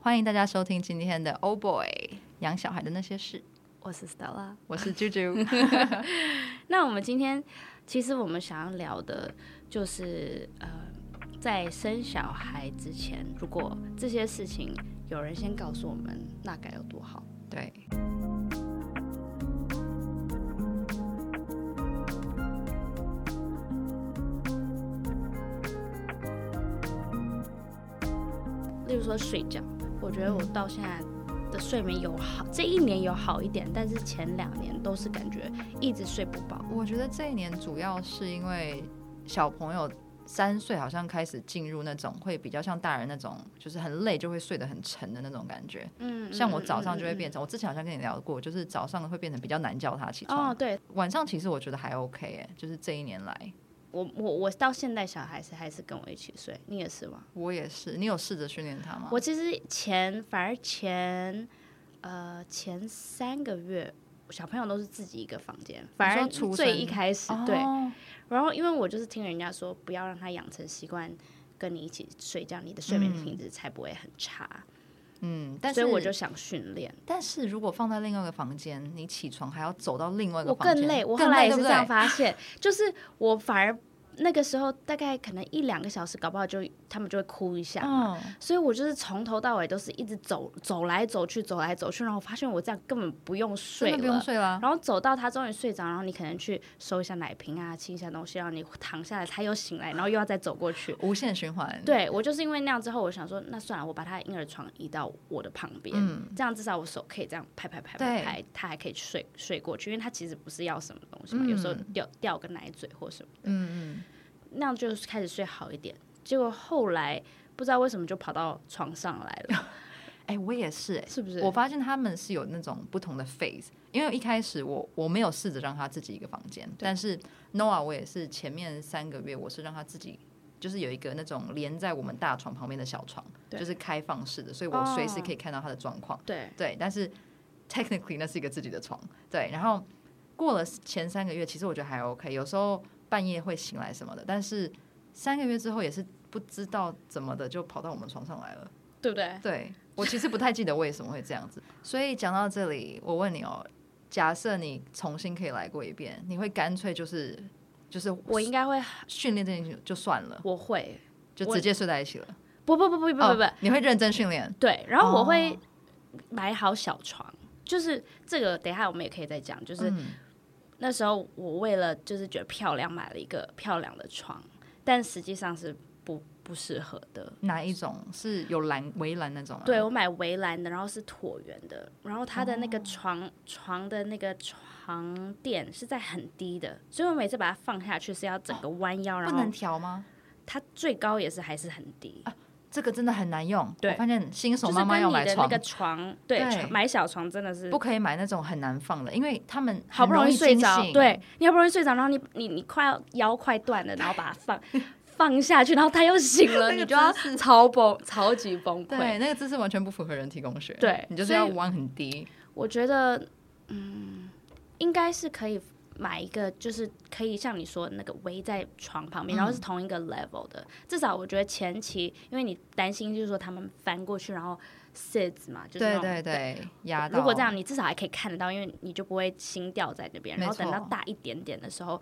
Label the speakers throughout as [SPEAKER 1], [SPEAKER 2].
[SPEAKER 1] 欢迎大家收听今天的《Oh Boy 养小孩的那些事》，
[SPEAKER 2] 我是 Stella。
[SPEAKER 1] 我是啾啾。
[SPEAKER 2] 那我们今天其实我们想要聊的就是呃，在生小孩之前，如果这些事情有人先告诉我们，那该有多好。
[SPEAKER 1] 对，
[SPEAKER 2] 例如说睡觉，我觉得我到现在的睡眠有好，这一年有好一点，但是前两年都是感觉一直睡不饱。
[SPEAKER 1] 我觉得这一年主要是因为小朋友三岁好像开始进入那种会比较像大人那种，就是很累就会睡得很沉的那种感觉。
[SPEAKER 2] 嗯
[SPEAKER 1] 像我早上就会变成，我之前好像跟你聊过，就是早上会变成比较难叫他起
[SPEAKER 2] 哦，
[SPEAKER 1] 床，
[SPEAKER 2] 对
[SPEAKER 1] 晚上其实我觉得还 OK 哎、就是这一年来
[SPEAKER 2] 我我我到现在小孩是还是跟我一起睡，你也是吗？
[SPEAKER 1] 我也是，你有试着训练他吗？
[SPEAKER 2] 我其实前反而前呃前三个月，小朋友都是自己一个房间，反而
[SPEAKER 1] 出
[SPEAKER 2] 最
[SPEAKER 1] 生
[SPEAKER 2] 一开始、
[SPEAKER 1] 哦
[SPEAKER 2] 对。然后因为我就是听人家说，不要让他养成习惯跟你一起睡觉，你的睡眠品质才不会很差。
[SPEAKER 1] 嗯，但
[SPEAKER 2] 所
[SPEAKER 1] 是
[SPEAKER 2] 以我就想训练，
[SPEAKER 1] 但是如果放在另外一个房间，你起床还要走到另外一个
[SPEAKER 2] 我
[SPEAKER 1] 房
[SPEAKER 2] 更
[SPEAKER 1] 间，
[SPEAKER 2] 累。我后
[SPEAKER 1] 更
[SPEAKER 2] 来
[SPEAKER 1] 累，
[SPEAKER 2] 也
[SPEAKER 1] 对
[SPEAKER 2] 是
[SPEAKER 1] 不
[SPEAKER 2] 这
[SPEAKER 1] 对？
[SPEAKER 2] 样 发现，就是我反而那个时候大概可能一两个小时，搞不好就他们就会哭一下嘛。
[SPEAKER 1] 嗯，
[SPEAKER 2] 所以我就是从头到尾都是一直走走来走去，走来走去，然后我发现我这样根本不用睡
[SPEAKER 1] 真
[SPEAKER 2] 了，
[SPEAKER 1] 的不用睡啊啦。
[SPEAKER 2] 然后走到他终于睡着，然后你可能去收一下奶瓶啊，清一下东西，让你躺下来，他又醒来，然后又要再走过去。
[SPEAKER 1] 无限循环，，
[SPEAKER 2] 对我就是因为那样之后，我想说，那算了，我把他的婴儿床移到我的旁边，
[SPEAKER 1] 嗯
[SPEAKER 2] 这样至少我手可以这样拍拍拍
[SPEAKER 1] 对
[SPEAKER 2] 拍拍，他还可以睡睡过去，因为他其实不是要什么东西嘛，有时候掉掉个奶嘴或什么，
[SPEAKER 1] 嗯嗯嗯，
[SPEAKER 2] 那样就开始睡好一点。结果后来不知道为什么就跑到床上来 了，
[SPEAKER 1] 哎、我也是、哎，
[SPEAKER 2] 是不是？
[SPEAKER 1] 我发现他们是有那种不同的 phase，因为一开始我我没有试着让他自己一个房间，但是 Noah 我也是前面三个月我是让他自己。就是有一个那种连在我们大床旁边的小床，
[SPEAKER 2] 对
[SPEAKER 1] 就是开放式的，所以我随时可以看到他的状况。
[SPEAKER 2] 对，
[SPEAKER 1] 对，但是 technically 那是一个自己的床，对。然后过了前三个月，其实我觉得还 OK，有时候半夜会醒来什么的，但是三个月之后也是不知道怎么的就跑到我们床上来了。
[SPEAKER 2] 对不对？
[SPEAKER 1] 对我其实不太记得为什么会这样子，所以讲到这里，我问你哦，假设你重新可以来过一遍，你会干脆就是就是
[SPEAKER 2] 我应该会，
[SPEAKER 1] 训练这件事情就算了，
[SPEAKER 2] 我会，
[SPEAKER 1] 就
[SPEAKER 2] 我
[SPEAKER 1] 直接睡在一起了？
[SPEAKER 2] 不不不不不不不，
[SPEAKER 1] 哦你会认真训练？
[SPEAKER 2] 对，然后我会
[SPEAKER 1] 哦
[SPEAKER 2] 买好小床，就是这个，等一下我们也可以再讲。就是
[SPEAKER 1] 嗯
[SPEAKER 2] 那时候我为了就是觉得漂亮，买了一个漂亮的床，但实际上是不不适合的。
[SPEAKER 1] 哪一种是有栏围栏那种吗？
[SPEAKER 2] 对我买围栏的，然后是椭圆的，然后它的那
[SPEAKER 1] 哦
[SPEAKER 2] 个床、床的那个床垫是在很低的，所以我每次把它放下去是要整个弯腰，然
[SPEAKER 1] 不
[SPEAKER 2] 后
[SPEAKER 1] 能调吗？
[SPEAKER 2] 它最高也是还是很低。
[SPEAKER 1] 这个真的很难用。
[SPEAKER 2] 对
[SPEAKER 1] 我发现新手
[SPEAKER 2] 就
[SPEAKER 1] 妈
[SPEAKER 2] 是跟
[SPEAKER 1] 妈要
[SPEAKER 2] 你
[SPEAKER 1] 买
[SPEAKER 2] 的
[SPEAKER 1] 床
[SPEAKER 2] 那，个床，对，
[SPEAKER 1] 对
[SPEAKER 2] 床买小床真的是
[SPEAKER 1] 不可以买那种很难放的，因为他们
[SPEAKER 2] 好不容
[SPEAKER 1] 易
[SPEAKER 2] 易睡
[SPEAKER 1] 惊
[SPEAKER 2] 着
[SPEAKER 1] 醒，
[SPEAKER 2] 对，你好不容易睡着，然后你你你快要腰快断了，然后把 它放放下去，然后它又醒了，
[SPEAKER 1] 那个
[SPEAKER 2] 你就要超崩，超级崩溃。
[SPEAKER 1] 对，那个姿势完全不符合人体工学。
[SPEAKER 2] 对
[SPEAKER 1] 你就是
[SPEAKER 2] 所以
[SPEAKER 1] 要弯很低。
[SPEAKER 2] 我觉得，嗯，应该是可以买一个，就是可以像你说那个围在床旁边，然后
[SPEAKER 1] 嗯
[SPEAKER 2] 是同一个 level 的。至少我觉得前期，因为你担心就是说他们翻过去，然后 sits 嘛，就
[SPEAKER 1] 对
[SPEAKER 2] 是那种
[SPEAKER 1] 对对，压到。
[SPEAKER 2] 如果这样，你至少还可以看得到，因为你就不会心掉在那边。
[SPEAKER 1] 没
[SPEAKER 2] 然
[SPEAKER 1] 错
[SPEAKER 2] 后等到大一点点的时候，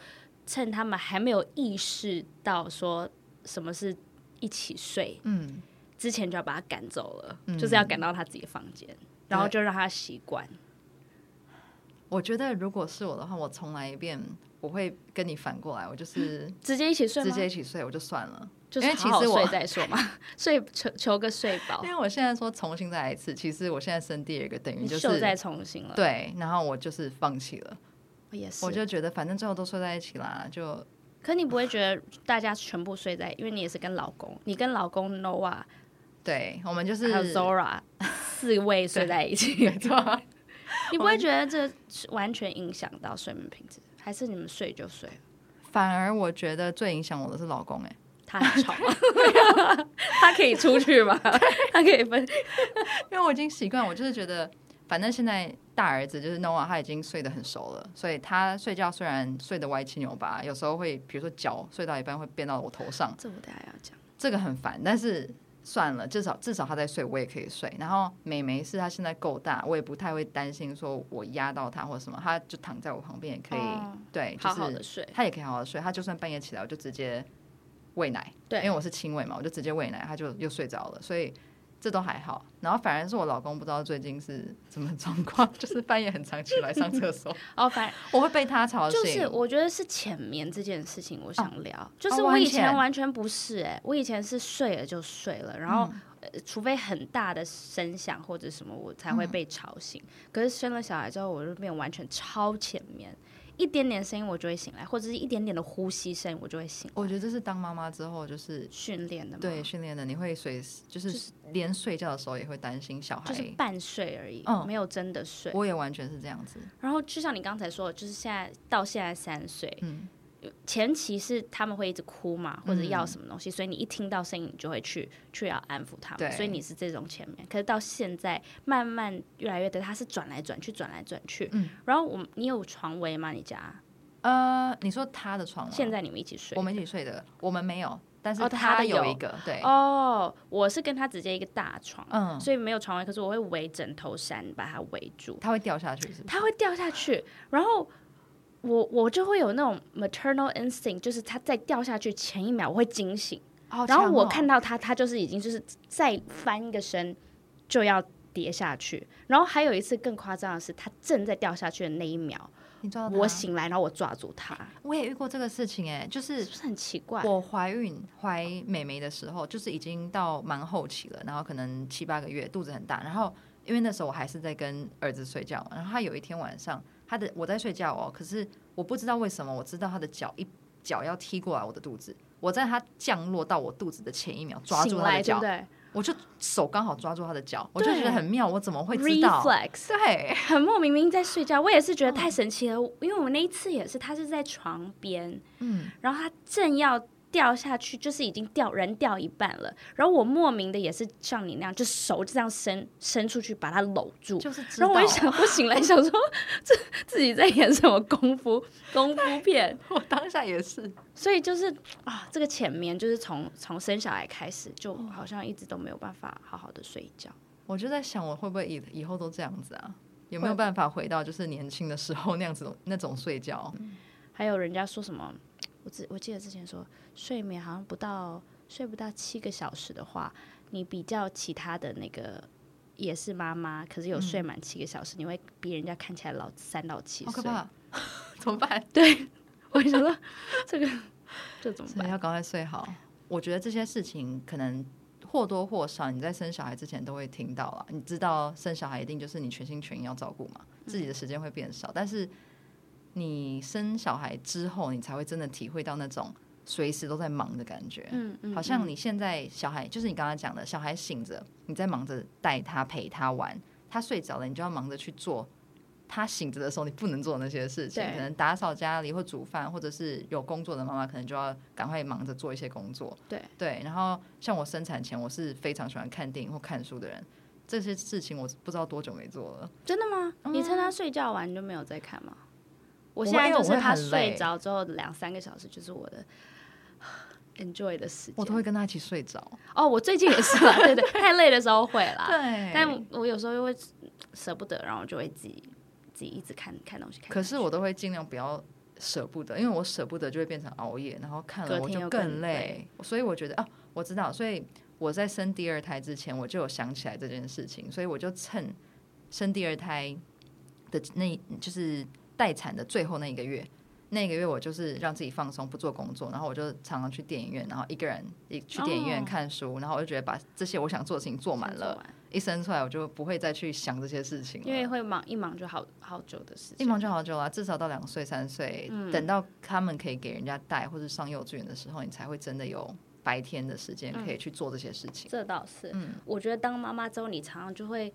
[SPEAKER 2] 趁他们还没有意识到说什么是一起睡
[SPEAKER 1] 嗯，
[SPEAKER 2] 之前，就要把他赶走了，
[SPEAKER 1] 嗯
[SPEAKER 2] 就是要赶到他自己的房间，然后就让他习惯。
[SPEAKER 1] 我觉得如果是我的话，我从来一遍我会跟你反过来，我就是
[SPEAKER 2] 直接一起睡吗？
[SPEAKER 1] 直接一起睡，我就算了。
[SPEAKER 2] 就是
[SPEAKER 1] 因为其
[SPEAKER 2] 好
[SPEAKER 1] 实
[SPEAKER 2] 好
[SPEAKER 1] 我
[SPEAKER 2] 睡再说嘛， 睡求求个睡饱
[SPEAKER 1] 因，为我现在说重新再来一次，其实我现在生第二个， 等于
[SPEAKER 2] 你
[SPEAKER 1] 就
[SPEAKER 2] 秀再
[SPEAKER 1] 是
[SPEAKER 2] 重新了。，
[SPEAKER 1] 对，然后我就是放弃了，
[SPEAKER 2] 也是
[SPEAKER 1] 我。就觉得反正最后都睡在一起啦，就
[SPEAKER 2] 可你不会觉得大家全部睡在，因为你也是跟老公，你跟老公 Noah
[SPEAKER 1] 对，我们就是
[SPEAKER 2] 还有 Zora 四位睡在一起， 你不会觉得这是完全影响到睡眠品质？还是你们睡就睡，
[SPEAKER 1] 反而我觉得最影响我的是老公哎、
[SPEAKER 2] 他很吵， 他可以出去吗？ 他可以分
[SPEAKER 1] 因为我已经习惯，我就是觉得反正现在大儿子就是 Noah 他已经睡得很熟了，所以他睡觉虽然睡得歪七扭八，有时候会比如说脚睡到一半会变到我头上，
[SPEAKER 2] 这我等下要讲。
[SPEAKER 1] 这个很烦，但是算了，至少至少他在睡，我也可以睡。然后美眉是她现在够大，我也不太会担心说我压到她或什么，她就躺在我旁边也可以，
[SPEAKER 2] 哦
[SPEAKER 1] 对，就
[SPEAKER 2] 好好的
[SPEAKER 1] 是
[SPEAKER 2] 睡，
[SPEAKER 1] 她也可以好好地睡。她就算半夜起来，我就直接喂奶，
[SPEAKER 2] 对
[SPEAKER 1] 因为我是亲喂嘛，我就直接喂奶，她就又睡着了，所以。这都还好，然后反而是我老公不知道最近是什么状况， 就是半夜很常起来上厕 所，
[SPEAKER 2] 哦，反
[SPEAKER 1] 我会被他吵醒。
[SPEAKER 2] 就是我觉得是浅眠这件事情，我想聊。就是
[SPEAKER 1] 哦
[SPEAKER 2] 我
[SPEAKER 1] 完
[SPEAKER 2] 以前
[SPEAKER 1] 全
[SPEAKER 2] 完全不是哎、我以前是睡了就睡了，然
[SPEAKER 1] 嗯
[SPEAKER 2] 后、呃除非很大的声响或者什么，我才
[SPEAKER 1] 嗯
[SPEAKER 2] 会被吵醒。可是生了小孩之后，我就变完全超浅眠，一点点声音我就会醒来，或者是一点点的呼吸声我就会醒来。
[SPEAKER 1] 我觉得这是当妈妈之后，就是
[SPEAKER 2] 训练的嘛，
[SPEAKER 1] 对，训练的，你会随时就是连睡觉的时候也会担心小孩。
[SPEAKER 2] 就是半睡而已，
[SPEAKER 1] 嗯
[SPEAKER 2] 没有真的睡。
[SPEAKER 1] 我也完全是这样子，
[SPEAKER 2] 然后就像你刚才说的，就是现在到现在三岁，
[SPEAKER 1] 嗯，
[SPEAKER 2] 前期是他们会一直哭嘛，或者
[SPEAKER 1] 嗯
[SPEAKER 2] 要什么东西，所以你一听到声音，你就会去去要安抚他
[SPEAKER 1] 对
[SPEAKER 2] 们，所以你是这种前面。可是到现在，慢慢越来越的，他是转来转去，转来转去。
[SPEAKER 1] 嗯
[SPEAKER 2] 然后我们你有床围吗？你家
[SPEAKER 1] 呃，你说他的床吗？
[SPEAKER 2] 现在你们一起睡？
[SPEAKER 1] 我们一起睡的，我们没有，但是
[SPEAKER 2] 哦他
[SPEAKER 1] 他有
[SPEAKER 2] 有
[SPEAKER 1] 一个，对，
[SPEAKER 2] 哦，我是跟他直接一个大床，
[SPEAKER 1] 嗯，
[SPEAKER 2] 所以没有床围，可是我会围枕头衫把它围住，
[SPEAKER 1] 他会掉下去，是不是？
[SPEAKER 2] 它会掉下去，然后。我我就会有那种 maternal instinct，就是他在掉下去前一秒我会惊醒，
[SPEAKER 1] 哦
[SPEAKER 2] 然后我看，到他，他就是已经就是再翻一个身就要跌下去。然后还有一次更夸张的是，他正在掉下去的那一秒，
[SPEAKER 1] 你知道
[SPEAKER 2] 我，醒来，然后我抓住他，
[SPEAKER 1] 我也遇过这个事情，哎，就是
[SPEAKER 2] 是不是很奇怪？
[SPEAKER 1] 我怀孕怀美眉的时候，就是已经到蛮后期了，然后可能七八个月，肚子很大。然后因为那时候我还是在跟儿子睡觉嘛，然后他有一天晚上，他的我在睡觉哦，可是我不知道为什么，我知道他的脚一脚要踢过来我的肚子，我在他降落到我肚子的前一秒抓
[SPEAKER 2] 醒
[SPEAKER 1] 住他
[SPEAKER 2] 来
[SPEAKER 1] 的
[SPEAKER 2] 对
[SPEAKER 1] 脚，
[SPEAKER 2] 不对
[SPEAKER 1] 我就手刚好抓住他的脚，我就
[SPEAKER 2] 对
[SPEAKER 1] 觉得很妙，我怎么会知道？
[SPEAKER 2] ？Reflex
[SPEAKER 1] 对，
[SPEAKER 2] 很莫名，明明在睡觉，我也是觉得
[SPEAKER 1] 嗯
[SPEAKER 2] 太神奇了。因为我那一次也是，他是在床边，
[SPEAKER 1] 嗯，
[SPEAKER 2] 然后他正要掉下去，就是已经掉人掉一半了。然后我莫名的也是像你那样，就手就这样伸伸出去把他搂住，
[SPEAKER 1] 就是知
[SPEAKER 2] 然
[SPEAKER 1] 道。
[SPEAKER 2] 后我就想，我醒来想说， 这自己在演什么功夫功夫片？
[SPEAKER 1] 我当下也是，
[SPEAKER 2] 所以就是啊，这个浅眠就是从从生小孩开始，就
[SPEAKER 1] 哦
[SPEAKER 2] 好像一直都没有办法好好的睡觉。
[SPEAKER 1] 我就在想，我会不会以以后都这样子啊？有没有
[SPEAKER 2] 会
[SPEAKER 1] 办法回到就是年轻的时候那样子那种睡觉？
[SPEAKER 2] 嗯还有人家说什么，我记我记得之前说，睡眠好像不到睡不到七个小时的话，你比较其他的那个。也是妈妈，可是有睡满七个小时，你会比人家看起来老三到七
[SPEAKER 1] 嗯好可
[SPEAKER 2] 岁。
[SPEAKER 1] 怕， 怎么办？
[SPEAKER 2] 我就想说，这个 这怎么
[SPEAKER 1] 所以
[SPEAKER 2] 办？
[SPEAKER 1] 要赶快睡好。我觉得这些事情可能或多或少你在生小孩之前都会听到啦。你知道生小孩一定就是你全心全意要照顾嘛，自
[SPEAKER 2] 嗯
[SPEAKER 1] 己的时间会变少，但是你生小孩之后，你才会真的体会到那种随时都在忙的感觉。
[SPEAKER 2] 嗯嗯，
[SPEAKER 1] 好像你现在小孩，就是你刚刚讲的，小孩醒着，你在忙着带他陪他玩；他睡着了，你就要忙着去做他醒着的时候你不能做的那些事情，
[SPEAKER 2] 对
[SPEAKER 1] 可能打扫家里或煮饭，或者是有工作的妈妈可能就要赶快忙着做一些工作。
[SPEAKER 2] 对
[SPEAKER 1] 对，然后像我生产前，我是非常喜欢看电影或看书的人，这些事情我不知道多久没做了。
[SPEAKER 2] 真的吗？你趁他睡觉完就没有再看吗？我
[SPEAKER 1] 我
[SPEAKER 2] 现在
[SPEAKER 1] 因为我
[SPEAKER 2] 就是
[SPEAKER 1] 会
[SPEAKER 2] 他
[SPEAKER 1] 很累
[SPEAKER 2] 睡着之后两三个小时，就是我的 enjoy 的时间。
[SPEAKER 1] 我都会跟他一起睡着，
[SPEAKER 2] 哦，我最近也是啦，对对，太累的时候会 啦。
[SPEAKER 1] 对
[SPEAKER 2] 啊但我有时候又会舍不得，然后就会自己自己一直看看东西。看
[SPEAKER 1] 可是
[SPEAKER 2] 东西
[SPEAKER 1] 我都会尽量不要舍不得，因为我舍不得就会变成熬夜，然后看了
[SPEAKER 2] 隔
[SPEAKER 1] 我
[SPEAKER 2] 天
[SPEAKER 1] 就
[SPEAKER 2] 又更
[SPEAKER 1] 更
[SPEAKER 2] 累
[SPEAKER 1] 累。所以我觉得啊，我知道，所以我在生第二胎之前我就有想起来这件事情，所以我就趁生第二胎的那，就是待产的最后那一个月。那个月我就是让自己放松，不做工作，然后我就常常去电影院，然后一个人一去电影
[SPEAKER 2] 哦
[SPEAKER 1] 院看书然后我就觉得把这些我想做的事情做
[SPEAKER 2] 先
[SPEAKER 1] 满
[SPEAKER 2] 做
[SPEAKER 1] 了，
[SPEAKER 2] 完，
[SPEAKER 1] 一生出来我就不会再去想这些事情了，
[SPEAKER 2] 因为会忙一忙就好好久的时
[SPEAKER 1] 一
[SPEAKER 2] 间。
[SPEAKER 1] 忙就好久了，至少到两岁、三岁，
[SPEAKER 2] 嗯
[SPEAKER 1] 等到他们可以给人家带或者上幼稚园的时候，你才会真的有白天的时间
[SPEAKER 2] 嗯
[SPEAKER 1] 可以去做这些事情。
[SPEAKER 2] 这倒是，
[SPEAKER 1] 嗯
[SPEAKER 2] 我觉得当妈妈之后，你常常就会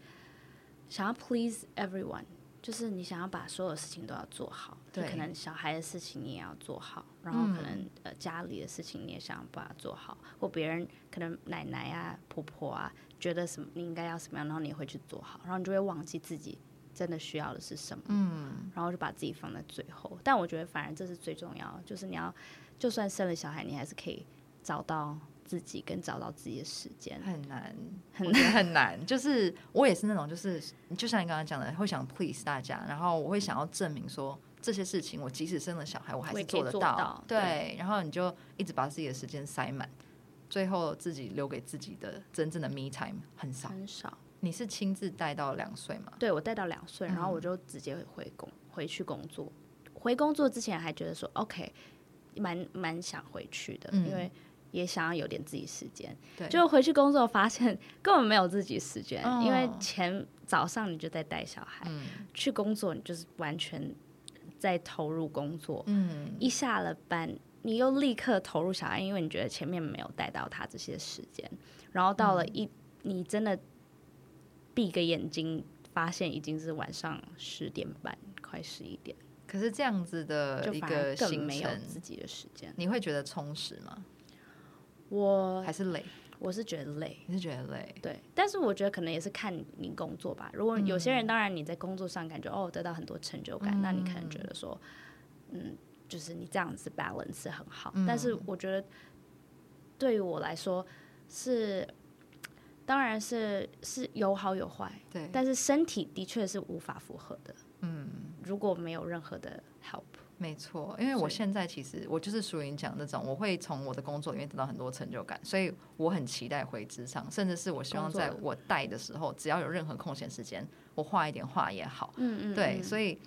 [SPEAKER 2] 想要 please everyone，就是你想要把所有事情都要做好，就
[SPEAKER 1] 对嗯
[SPEAKER 2] 可能小孩的事情你也要做好，然后可能、呃家里的事情你也想要把它做好，或别人可能奶奶啊、婆婆啊觉得什么你应该要什么样，然后你会去做好，然后你就会忘记自己。真的需要的是什么？嗯，然后就把自己放在最后。但我觉得，反而这是最重要的，就是你要，就算生了小孩，你还是可以找到自己跟找到自己的时间。
[SPEAKER 1] 很难，很难，很难。就是我也是那种，就是就像你刚刚讲的，会想 please 大家，然后我会想要证明说这些事情，我即使生了小孩，我还
[SPEAKER 2] 我也
[SPEAKER 1] 是
[SPEAKER 2] 可以
[SPEAKER 1] 得
[SPEAKER 2] 做
[SPEAKER 1] 到。
[SPEAKER 2] 到
[SPEAKER 1] 对，
[SPEAKER 2] 对
[SPEAKER 1] 然后你就一直把自己的时间塞满，最后自己留给自己的真正的 me time 很少。
[SPEAKER 2] 很少，
[SPEAKER 1] 你是亲自带到两岁吗？
[SPEAKER 2] 对我带到两岁，然后我就直接回工回去工作。回工作之前还觉得说 OK，蛮蛮想回去的，
[SPEAKER 1] 嗯
[SPEAKER 2] 因为也想要有点自己时间。
[SPEAKER 1] 对，
[SPEAKER 2] 就回去工作发现 根本没有自己时间，
[SPEAKER 1] 哦
[SPEAKER 2] 因为前早上你就在带小孩，
[SPEAKER 1] 嗯
[SPEAKER 2] 去工作你就是完全在投入工作，
[SPEAKER 1] 嗯，
[SPEAKER 2] 一下了班，你又立刻投入小孩，因为你觉得前面没有带到他这些时间，然后到了
[SPEAKER 1] 嗯
[SPEAKER 2] 一、你真的闭个眼睛，发现已经是晚上十点半，快十一点，
[SPEAKER 1] 可是这样子的
[SPEAKER 2] 就
[SPEAKER 1] 呃一
[SPEAKER 2] 反
[SPEAKER 1] 个
[SPEAKER 2] 而更
[SPEAKER 1] 行
[SPEAKER 2] 没有
[SPEAKER 1] 程，
[SPEAKER 2] 自己的时间。
[SPEAKER 1] 你会觉得充实吗？
[SPEAKER 2] 我
[SPEAKER 1] 还是累？
[SPEAKER 2] 我是觉得累，
[SPEAKER 1] 你是觉得累？
[SPEAKER 2] 对，但是我觉得可能也是看你工作吧。如果有些
[SPEAKER 1] 嗯
[SPEAKER 2] 人当然你在工作上感觉哦得到很多成就感，那你可能觉得说，嗯，就是你这样子 balance 是很好。但是
[SPEAKER 1] 嗯
[SPEAKER 2] 我觉得对于我来说是，当然是是有好有坏，
[SPEAKER 1] 对，
[SPEAKER 2] 但是身体的确是无法负荷的。嗯，如果没有任何的 help，
[SPEAKER 1] 没错，因为我
[SPEAKER 2] 所以
[SPEAKER 1] 现在其实我就是属于你讲的那种，我会从我的工作里面得到很多成就感，所以我很期待回职场，甚至是我希望
[SPEAKER 2] 工作
[SPEAKER 1] 在我带的时候，只要有任何空闲时间，我画一点画也好。
[SPEAKER 2] 嗯嗯，
[SPEAKER 1] 对，
[SPEAKER 2] 嗯
[SPEAKER 1] 所以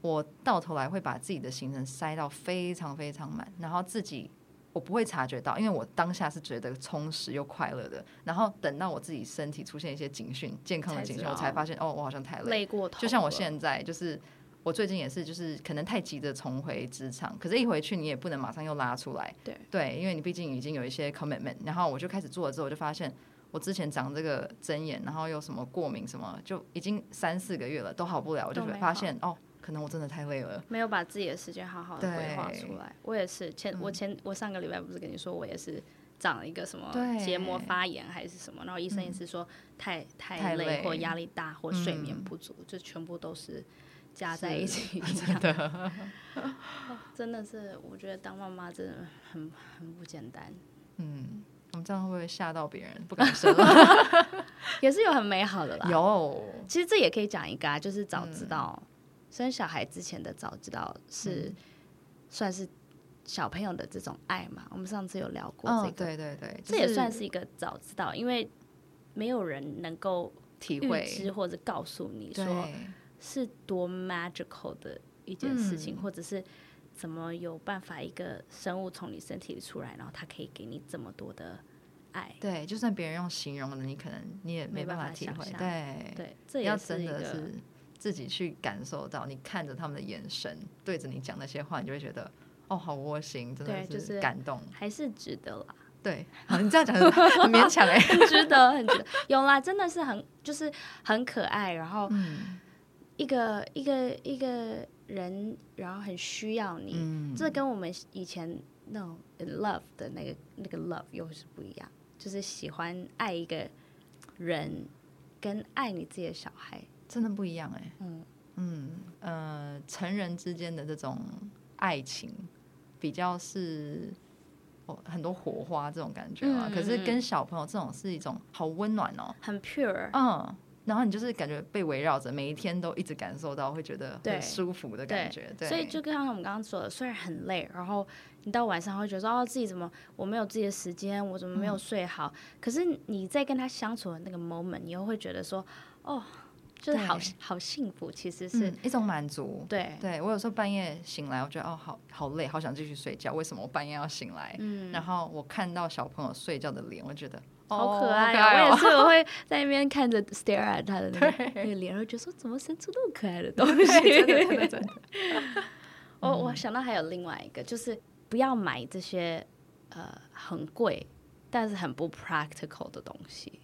[SPEAKER 1] 我到头来会把自己的行程塞到非常非常满，然后自己我不会察觉到，因为我当下是觉得充实又快乐的，然后等到我自己身体出现一些警讯，健康的
[SPEAKER 2] 才知
[SPEAKER 1] 警讯，我
[SPEAKER 2] 道
[SPEAKER 1] 才发现哦，我好像太累了
[SPEAKER 2] 累过头了，
[SPEAKER 1] 就像我现在，就是我最近也是，就是可能太急着重回职场，可是一回去你也不能马上又拉出来，
[SPEAKER 2] 对
[SPEAKER 1] 因为你毕竟已经有一些 commitment。然后我就开始做了之后，我就发现我之前长这个针眼，然后又什么过敏什么，就已经三四个月了都好不了，我就
[SPEAKER 2] 都没好
[SPEAKER 1] 发现哦，可能我真的太累了。
[SPEAKER 2] 没有把自己的时间好好的规划
[SPEAKER 1] 对
[SPEAKER 2] 出来。我也是前我前我上个礼拜不是跟你说我也是长了一个什么
[SPEAKER 1] 对
[SPEAKER 2] 结膜发炎还是什么，然后医生也是说太
[SPEAKER 1] 太
[SPEAKER 2] 太
[SPEAKER 1] 累
[SPEAKER 2] 或压力大或睡眠不足，就全部都是加在一起真的， 哦真的是我觉得当妈妈真的很很不简单，
[SPEAKER 1] 嗯，我们这样会不会吓到别人？不 敢生了。
[SPEAKER 2] 也是有很美好的啦。
[SPEAKER 1] 有，
[SPEAKER 2] 其实这也可以讲一个啊，就是早
[SPEAKER 1] 嗯
[SPEAKER 2] 知道、生小孩之前的早知道是、
[SPEAKER 1] 嗯
[SPEAKER 2] 算是小朋友的这种爱嘛。我们上次有聊过这
[SPEAKER 1] 嗯，
[SPEAKER 2] 个，
[SPEAKER 1] 对对对，
[SPEAKER 2] 这也
[SPEAKER 1] 就是
[SPEAKER 2] 算是一个早知道，因为没有人能够
[SPEAKER 1] 体
[SPEAKER 2] 预
[SPEAKER 1] 会。
[SPEAKER 2] 知或者告诉你说
[SPEAKER 1] 对，
[SPEAKER 2] 是多 magical 的一件事情，
[SPEAKER 1] 嗯
[SPEAKER 2] 或者是。怎么有办法一个生物从你身体里出来，然后它可以给你这么多的爱？
[SPEAKER 1] 对，就算别人用形容的，你可能你也没
[SPEAKER 2] 没
[SPEAKER 1] 办
[SPEAKER 2] 办
[SPEAKER 1] 法
[SPEAKER 2] 法
[SPEAKER 1] 体
[SPEAKER 2] 想
[SPEAKER 1] 会。
[SPEAKER 2] 象
[SPEAKER 1] 对，
[SPEAKER 2] 对，这也
[SPEAKER 1] 要
[SPEAKER 2] 是
[SPEAKER 1] 真
[SPEAKER 2] 一
[SPEAKER 1] 的
[SPEAKER 2] 个
[SPEAKER 1] 是自己去感受到，你看着他们的眼神，对着你讲那些话，你就会觉得哦，好窝心，真的
[SPEAKER 2] 对就是
[SPEAKER 1] 感动。
[SPEAKER 2] 还是值得啦。
[SPEAKER 1] 对，好，你这样讲很很勉强哎、
[SPEAKER 2] 很值得，很值得。有啦，真的是很就是很可爱，然后
[SPEAKER 1] 嗯
[SPEAKER 2] 一个一个一个人，然后很需要你，
[SPEAKER 1] 嗯，
[SPEAKER 2] 这跟我们以前那种 in love 的那个那个 love 又是不一样，就是喜欢爱一个人，跟爱你自己的小孩，
[SPEAKER 1] 真的不一样哎、
[SPEAKER 2] 嗯
[SPEAKER 1] 嗯呃，成人之间的这种爱情比较是。哦，很多火花这种感觉嘛，
[SPEAKER 2] 嗯
[SPEAKER 1] 可是
[SPEAKER 2] 嗯嗯
[SPEAKER 1] 跟小朋友这种是一种好温暖哦，
[SPEAKER 2] 很 pure，、
[SPEAKER 1] 嗯，然后你就是感觉被围绕着，每一天都一直感受到，会觉得
[SPEAKER 2] 对
[SPEAKER 1] 很舒服的感觉。对，
[SPEAKER 2] 所以就跟像我们刚刚说的，虽然很累，然后你到晚上会觉得说哦，自己怎么我没有自己的时间，我怎么没
[SPEAKER 1] 嗯
[SPEAKER 2] 有睡好？可是你在跟他相处的那个 moment，你又会觉得说哦，就是好
[SPEAKER 1] 对
[SPEAKER 2] 好幸福，其实是、
[SPEAKER 1] 嗯一种满足。
[SPEAKER 2] 对，
[SPEAKER 1] 对我有时候半夜醒来，我觉得哦，好好累，好想继续睡觉。为什么我半夜要醒来？
[SPEAKER 2] 嗯，
[SPEAKER 1] 然后我看到小朋友睡觉的脸，我觉得哦
[SPEAKER 2] 好可
[SPEAKER 1] 爱哦，
[SPEAKER 2] 爱啊！我也是，我会在那边看着 stare at 他的那个那个脸，然后觉得说怎么生出那么可爱的东
[SPEAKER 1] 对真的真的
[SPEAKER 2] 西。
[SPEAKER 1] 真 的，嗯
[SPEAKER 2] 我我想到还有另外一个，就是不要买这些呃很贵但是很不 practical 的东西，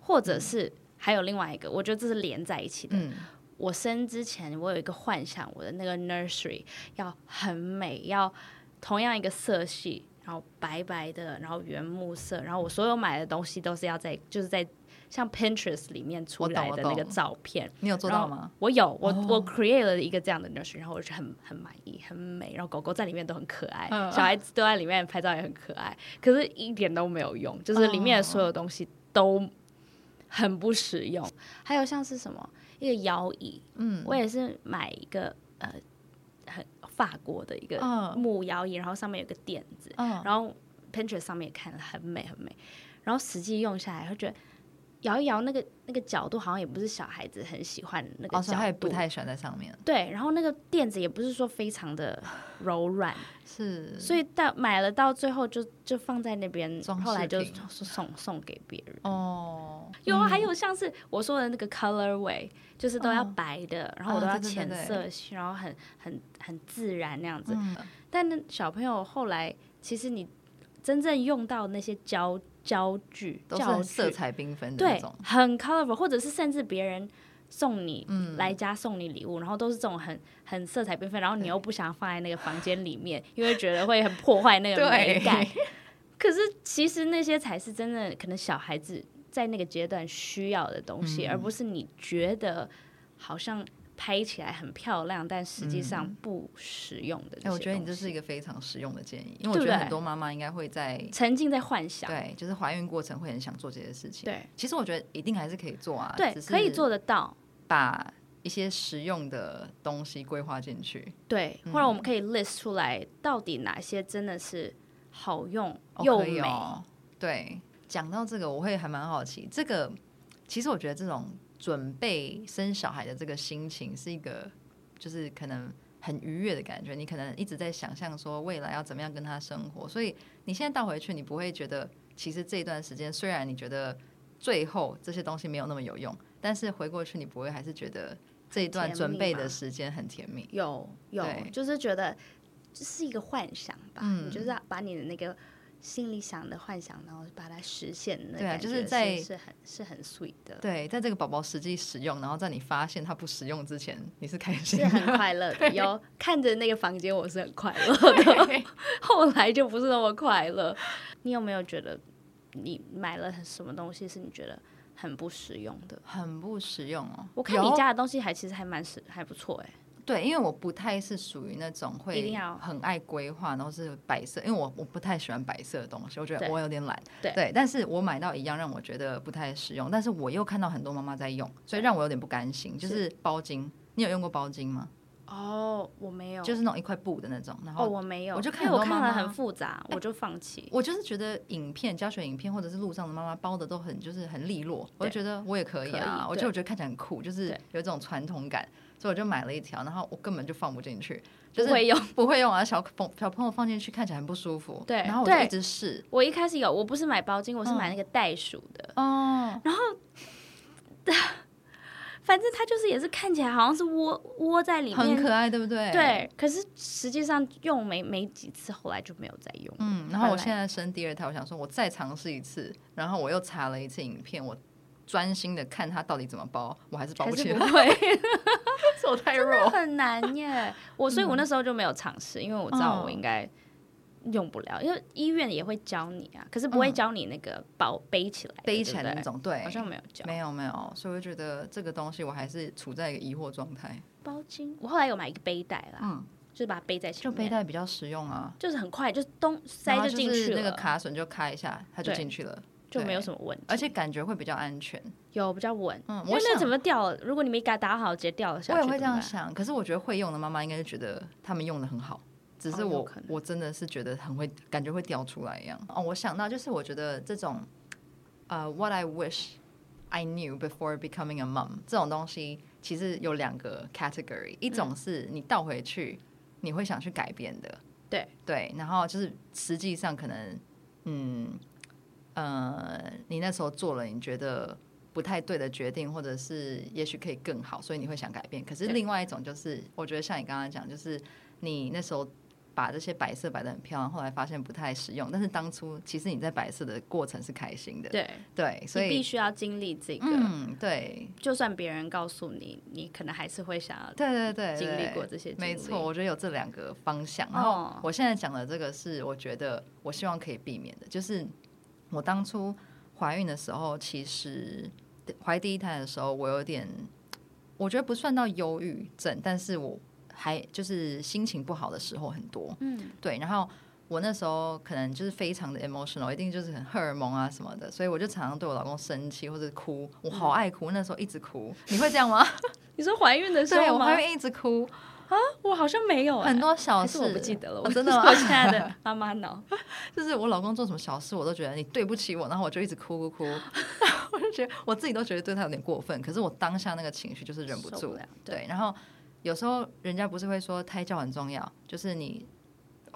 [SPEAKER 2] 或者是还有另外一个，我觉得这是连在一起的。
[SPEAKER 1] 嗯，
[SPEAKER 2] 我生之前，我有一个幻想，我的那个 nursery 要很美，要同样一个色系，然后白白的，然后原木色，然后我所有买的东西都是要在就是在像 Pinterest 里面出
[SPEAKER 1] 我懂
[SPEAKER 2] 来
[SPEAKER 1] 我
[SPEAKER 2] 的那个
[SPEAKER 1] 懂
[SPEAKER 2] 照片。
[SPEAKER 1] 你有做
[SPEAKER 2] 然
[SPEAKER 1] 到
[SPEAKER 2] 后
[SPEAKER 1] 吗？
[SPEAKER 2] 我有，我、我
[SPEAKER 1] 哦
[SPEAKER 2] create 了一个这样的 nursery，然后我就很很满意，很美。然后狗狗在里面都很可爱，
[SPEAKER 1] 嗯
[SPEAKER 2] 小孩子都在里面拍照也很可爱，可是一点都没有用，就是里面的所有
[SPEAKER 1] 哦
[SPEAKER 2] 东西都很不实用。还有像是什么一个摇椅，
[SPEAKER 1] 嗯，
[SPEAKER 2] 我也是买一个呃很法国的一个
[SPEAKER 1] 嗯
[SPEAKER 2] 木摇椅，然后上面有个垫子，
[SPEAKER 1] 嗯，
[SPEAKER 2] 然后 Pinterest 上面也看了很美很美，然后实际用下来会觉得摇一摇那个那个角度好像也不是小孩子很喜欢的那个
[SPEAKER 1] 哦，所以他
[SPEAKER 2] 角
[SPEAKER 1] 也
[SPEAKER 2] 度，
[SPEAKER 1] 不太喜欢在上面，
[SPEAKER 2] 对，然后那个垫子也不是说非常的 柔软，
[SPEAKER 1] 是，
[SPEAKER 2] 所以到买了到最后就就放在那边，
[SPEAKER 1] 装饰
[SPEAKER 2] 后来就
[SPEAKER 1] 品
[SPEAKER 2] 送送送给别人。
[SPEAKER 1] 哦，
[SPEAKER 2] 有啊，还
[SPEAKER 1] 嗯
[SPEAKER 2] 有像是我说的那个 colorway，就是都要
[SPEAKER 1] 嗯
[SPEAKER 2] 白的，然后我
[SPEAKER 1] 啊
[SPEAKER 2] 都要
[SPEAKER 1] 对对
[SPEAKER 2] 浅
[SPEAKER 1] 对
[SPEAKER 2] 色系，然后很很很自然那样子。
[SPEAKER 1] 嗯
[SPEAKER 2] 但那小朋友后来，其实你真正用到那些教教具、
[SPEAKER 1] 都是
[SPEAKER 2] 教
[SPEAKER 1] 很色
[SPEAKER 2] 具，
[SPEAKER 1] 彩缤纷的那
[SPEAKER 2] 对
[SPEAKER 1] 种，，
[SPEAKER 2] 很 colorful，或者是甚至别人送你。
[SPEAKER 1] 嗯，
[SPEAKER 2] 来家送你礼物，然后都是这种很很色彩缤纷，然后你
[SPEAKER 1] 对
[SPEAKER 2] 又不想放在那个房间里面，因为觉得会很破坏那个美
[SPEAKER 1] 对，
[SPEAKER 2] 感。可是其实那些才是真的，可能小孩子在那个阶段需要的东西，
[SPEAKER 1] 嗯
[SPEAKER 2] 而不是你觉得好像拍起来很漂亮，但实际上
[SPEAKER 1] 嗯
[SPEAKER 2] 不实用的
[SPEAKER 1] 哎，
[SPEAKER 2] 那些东
[SPEAKER 1] 我
[SPEAKER 2] 西。
[SPEAKER 1] 觉得你这是一个非常实用的建议，因为我
[SPEAKER 2] 对
[SPEAKER 1] 觉
[SPEAKER 2] 不
[SPEAKER 1] 得
[SPEAKER 2] 对
[SPEAKER 1] 很多妈妈应该会在
[SPEAKER 2] 沉浸在幻想，
[SPEAKER 1] 对，就是怀孕过程会很想做这些事情。
[SPEAKER 2] 对
[SPEAKER 1] 其实我觉得一定还是可以做啊，
[SPEAKER 2] 对
[SPEAKER 1] 只是
[SPEAKER 2] 可以做得到，
[SPEAKER 1] 把一些实用的东西规划进去，
[SPEAKER 2] 对，或者我们可以 list 出来到底哪些真的是好用
[SPEAKER 1] 哦
[SPEAKER 2] 又
[SPEAKER 1] 可以
[SPEAKER 2] 美，
[SPEAKER 1] 哦。对，讲到这个，我会还蛮好奇，这个其实我觉得这种准备生小孩的这个心情是一个，就是可能。很愉悦的感觉，你可能一直在想象说未来要怎么样跟他生活，所以你现在倒回去，你不会觉得其实这一段时间虽然你觉得最后这些东西没有那么有用，但是回过去你不会还是觉得这一段
[SPEAKER 2] 甜
[SPEAKER 1] 准
[SPEAKER 2] 蜜
[SPEAKER 1] 备
[SPEAKER 2] 吗
[SPEAKER 1] 的时间很甜蜜。
[SPEAKER 2] 有有
[SPEAKER 1] 对，
[SPEAKER 2] 就是觉得这是一个幻想吧，
[SPEAKER 1] 嗯
[SPEAKER 2] 你就是要把你的那个心里想的幻想，然后把它实现的
[SPEAKER 1] 对啊
[SPEAKER 2] 感觉，
[SPEAKER 1] 就是在
[SPEAKER 2] 是很是很 sweet 的，
[SPEAKER 1] 对，在这个宝宝实际使用，然后在你发现它不实用之前，你是开心
[SPEAKER 2] 是很
[SPEAKER 1] 的。
[SPEAKER 2] 快乐的。有看着那个房间，我是很快乐的， 后来就不是那么快乐。你有没有觉得你买了什么东西是你觉得很不实用 的？
[SPEAKER 1] 很不实用哦。
[SPEAKER 2] 我看
[SPEAKER 1] 有
[SPEAKER 2] 你家的东西还其实还蛮实还不错哎、
[SPEAKER 1] 对，因为我不太是属于那种
[SPEAKER 2] 一
[SPEAKER 1] 会
[SPEAKER 2] 定要
[SPEAKER 1] 很爱规划，然后是白色，因为我我不太喜欢白色的东西，我觉得
[SPEAKER 2] 对
[SPEAKER 1] 我有点懒。
[SPEAKER 2] 对
[SPEAKER 1] 但是我买到一样让我觉得不太实用，但是我又看到很多妈妈在用，所以让我有点不甘心。就是包巾，你有用过包巾吗？
[SPEAKER 2] 哦，我没有，
[SPEAKER 1] 就是那种一块布的那种，然
[SPEAKER 2] 哦
[SPEAKER 1] 后。
[SPEAKER 2] 我没有，
[SPEAKER 1] 我就看
[SPEAKER 2] 因为我
[SPEAKER 1] 很多
[SPEAKER 2] 看了
[SPEAKER 1] 妈妈
[SPEAKER 2] 很复杂，我就放弃。
[SPEAKER 1] 我就是觉得影片、教学影片或者是路上的妈妈包的都很就是很利落，我就觉得我也可以啊，
[SPEAKER 2] 可以
[SPEAKER 1] 我就
[SPEAKER 2] 对
[SPEAKER 1] 我觉得看起来很酷，就是
[SPEAKER 2] 对
[SPEAKER 1] 有一种传统感，所以我就买了一条，然后我根本就放不进去，
[SPEAKER 2] 不
[SPEAKER 1] 就是
[SPEAKER 2] 会用，
[SPEAKER 1] 哎不会用啊，小朋小朋友放进去看起来很不舒服，
[SPEAKER 2] 对
[SPEAKER 1] 然后我就
[SPEAKER 2] 对
[SPEAKER 1] 一直试，
[SPEAKER 2] 我一开始有，我不是买包巾，我是
[SPEAKER 1] 嗯
[SPEAKER 2] 买那个袋鼠的。
[SPEAKER 1] 哦，
[SPEAKER 2] 反正它就是也是看起来好像是窝窝在里
[SPEAKER 1] 很
[SPEAKER 2] 面，
[SPEAKER 1] 可爱，对不对？，
[SPEAKER 2] 对。可是实际上用没没几次，后来就没有再用。
[SPEAKER 1] 嗯，然后我
[SPEAKER 2] 本来
[SPEAKER 1] 现在生第二胎，我想说我再尝试一次，然后我又查了一次影片，我专心的看它到底怎么包，我还是包
[SPEAKER 2] 还
[SPEAKER 1] 不
[SPEAKER 2] 是
[SPEAKER 1] 起来
[SPEAKER 2] 不，会，
[SPEAKER 1] 是 我太弱，
[SPEAKER 2] 很难 耶！我所以，我那时候就没有尝试，因为我知道
[SPEAKER 1] 嗯
[SPEAKER 2] 我应该用不了，因为医院也会教你啊，可是不会
[SPEAKER 1] 嗯
[SPEAKER 2] 教你那个包背起来的，
[SPEAKER 1] 背起来的
[SPEAKER 2] 对不
[SPEAKER 1] 那
[SPEAKER 2] 对
[SPEAKER 1] 种，对，
[SPEAKER 2] 好像没有教
[SPEAKER 1] 没有没有，所以我觉得这个东西我还是处在一个疑惑状态。
[SPEAKER 2] 包巾。我后来有买一个背带啦，
[SPEAKER 1] 嗯，
[SPEAKER 2] 就是把它背在前
[SPEAKER 1] 就
[SPEAKER 2] 面，
[SPEAKER 1] 背带比较实用啊，
[SPEAKER 2] 就是很快，就是咚塞
[SPEAKER 1] 然后
[SPEAKER 2] 就进去
[SPEAKER 1] 是
[SPEAKER 2] 了，
[SPEAKER 1] 那个卡榫就开一下，它就
[SPEAKER 2] 对
[SPEAKER 1] 进去了，
[SPEAKER 2] 就没有
[SPEAKER 1] 对
[SPEAKER 2] 什么问题，
[SPEAKER 1] 而且感觉会比较安全。
[SPEAKER 2] 有比较稳。
[SPEAKER 1] 嗯，
[SPEAKER 2] 因为
[SPEAKER 1] 我
[SPEAKER 2] 那
[SPEAKER 1] 想
[SPEAKER 2] 怎么掉了？如果你没给它打好，直接掉了下
[SPEAKER 1] 我
[SPEAKER 2] 去。
[SPEAKER 1] 也会这样
[SPEAKER 2] 怎么
[SPEAKER 1] 想，可是我觉得会用的妈妈应该就觉得他们用的很好，只是
[SPEAKER 2] 哦有
[SPEAKER 1] 我、
[SPEAKER 2] 可能
[SPEAKER 1] 我真的是觉得很会，感觉会掉出来一样。哦，我想到就是我觉得这种，呃、w h a t I wish I knew before becoming a mom 这种东西，其实有两个 category，一种是你倒回去你会想去改变的，
[SPEAKER 2] 对
[SPEAKER 1] 对，然后就是实际上可能，嗯呃，你那时候做了你觉得不太对的决定，或者是也许可以更好，所以你会想改变。可是
[SPEAKER 2] 对
[SPEAKER 1] 另外一种就是，我觉得像你刚刚讲，就是你那时候把这些白色摆的很漂亮，后来发现不太实用，但是当初其实你在白色的过程是开心的，
[SPEAKER 2] 办
[SPEAKER 1] 对，所
[SPEAKER 2] 对，你必
[SPEAKER 1] 以
[SPEAKER 2] 须要经历这个。
[SPEAKER 1] 嗯，对，
[SPEAKER 2] 就算别人告诉你，你可能还是会想要
[SPEAKER 1] 对对对，
[SPEAKER 2] 啊嗯经历
[SPEAKER 1] 对
[SPEAKER 2] 过这些经历
[SPEAKER 1] 没错，我觉得有这两个方向。然后
[SPEAKER 2] 哦
[SPEAKER 1] 我现在讲的这个是我觉得我希望可以避免的，就是我当初怀孕的时候，其实怀第一胎的时候，我有点，我觉得不算到忧郁症，但是我还就是心情不好的时候很多，
[SPEAKER 2] 嗯，
[SPEAKER 1] 对，然后我那时候可能就是非常的 emotional，一定就是很荷尔蒙啊什么的，所以我就常常对我老公生气或者哭，我好
[SPEAKER 2] 嗯
[SPEAKER 1] 爱哭，那时候一直哭，你会这样 吗？
[SPEAKER 2] 你说怀孕的时
[SPEAKER 1] 对，
[SPEAKER 2] 候
[SPEAKER 1] 我
[SPEAKER 2] 吗？
[SPEAKER 1] 还会一直哭，
[SPEAKER 2] 我好像没有、哎
[SPEAKER 1] 很多小
[SPEAKER 2] 还是
[SPEAKER 1] 事
[SPEAKER 2] 我不记 得了，
[SPEAKER 1] 哦
[SPEAKER 2] 我
[SPEAKER 1] 真的
[SPEAKER 2] 我
[SPEAKER 1] 吗？
[SPEAKER 2] 现在 的妈妈脑，
[SPEAKER 1] 就是我老公做什么小事，我都觉得你对不起我，然后我就一直哭哭 哭，我就觉得我自己都觉得对他有点过分，可是我当下那个情绪就是忍不
[SPEAKER 2] 受
[SPEAKER 1] 住
[SPEAKER 2] 不了，
[SPEAKER 1] 对，然后有时候人家不是会说胎教很重要，就是你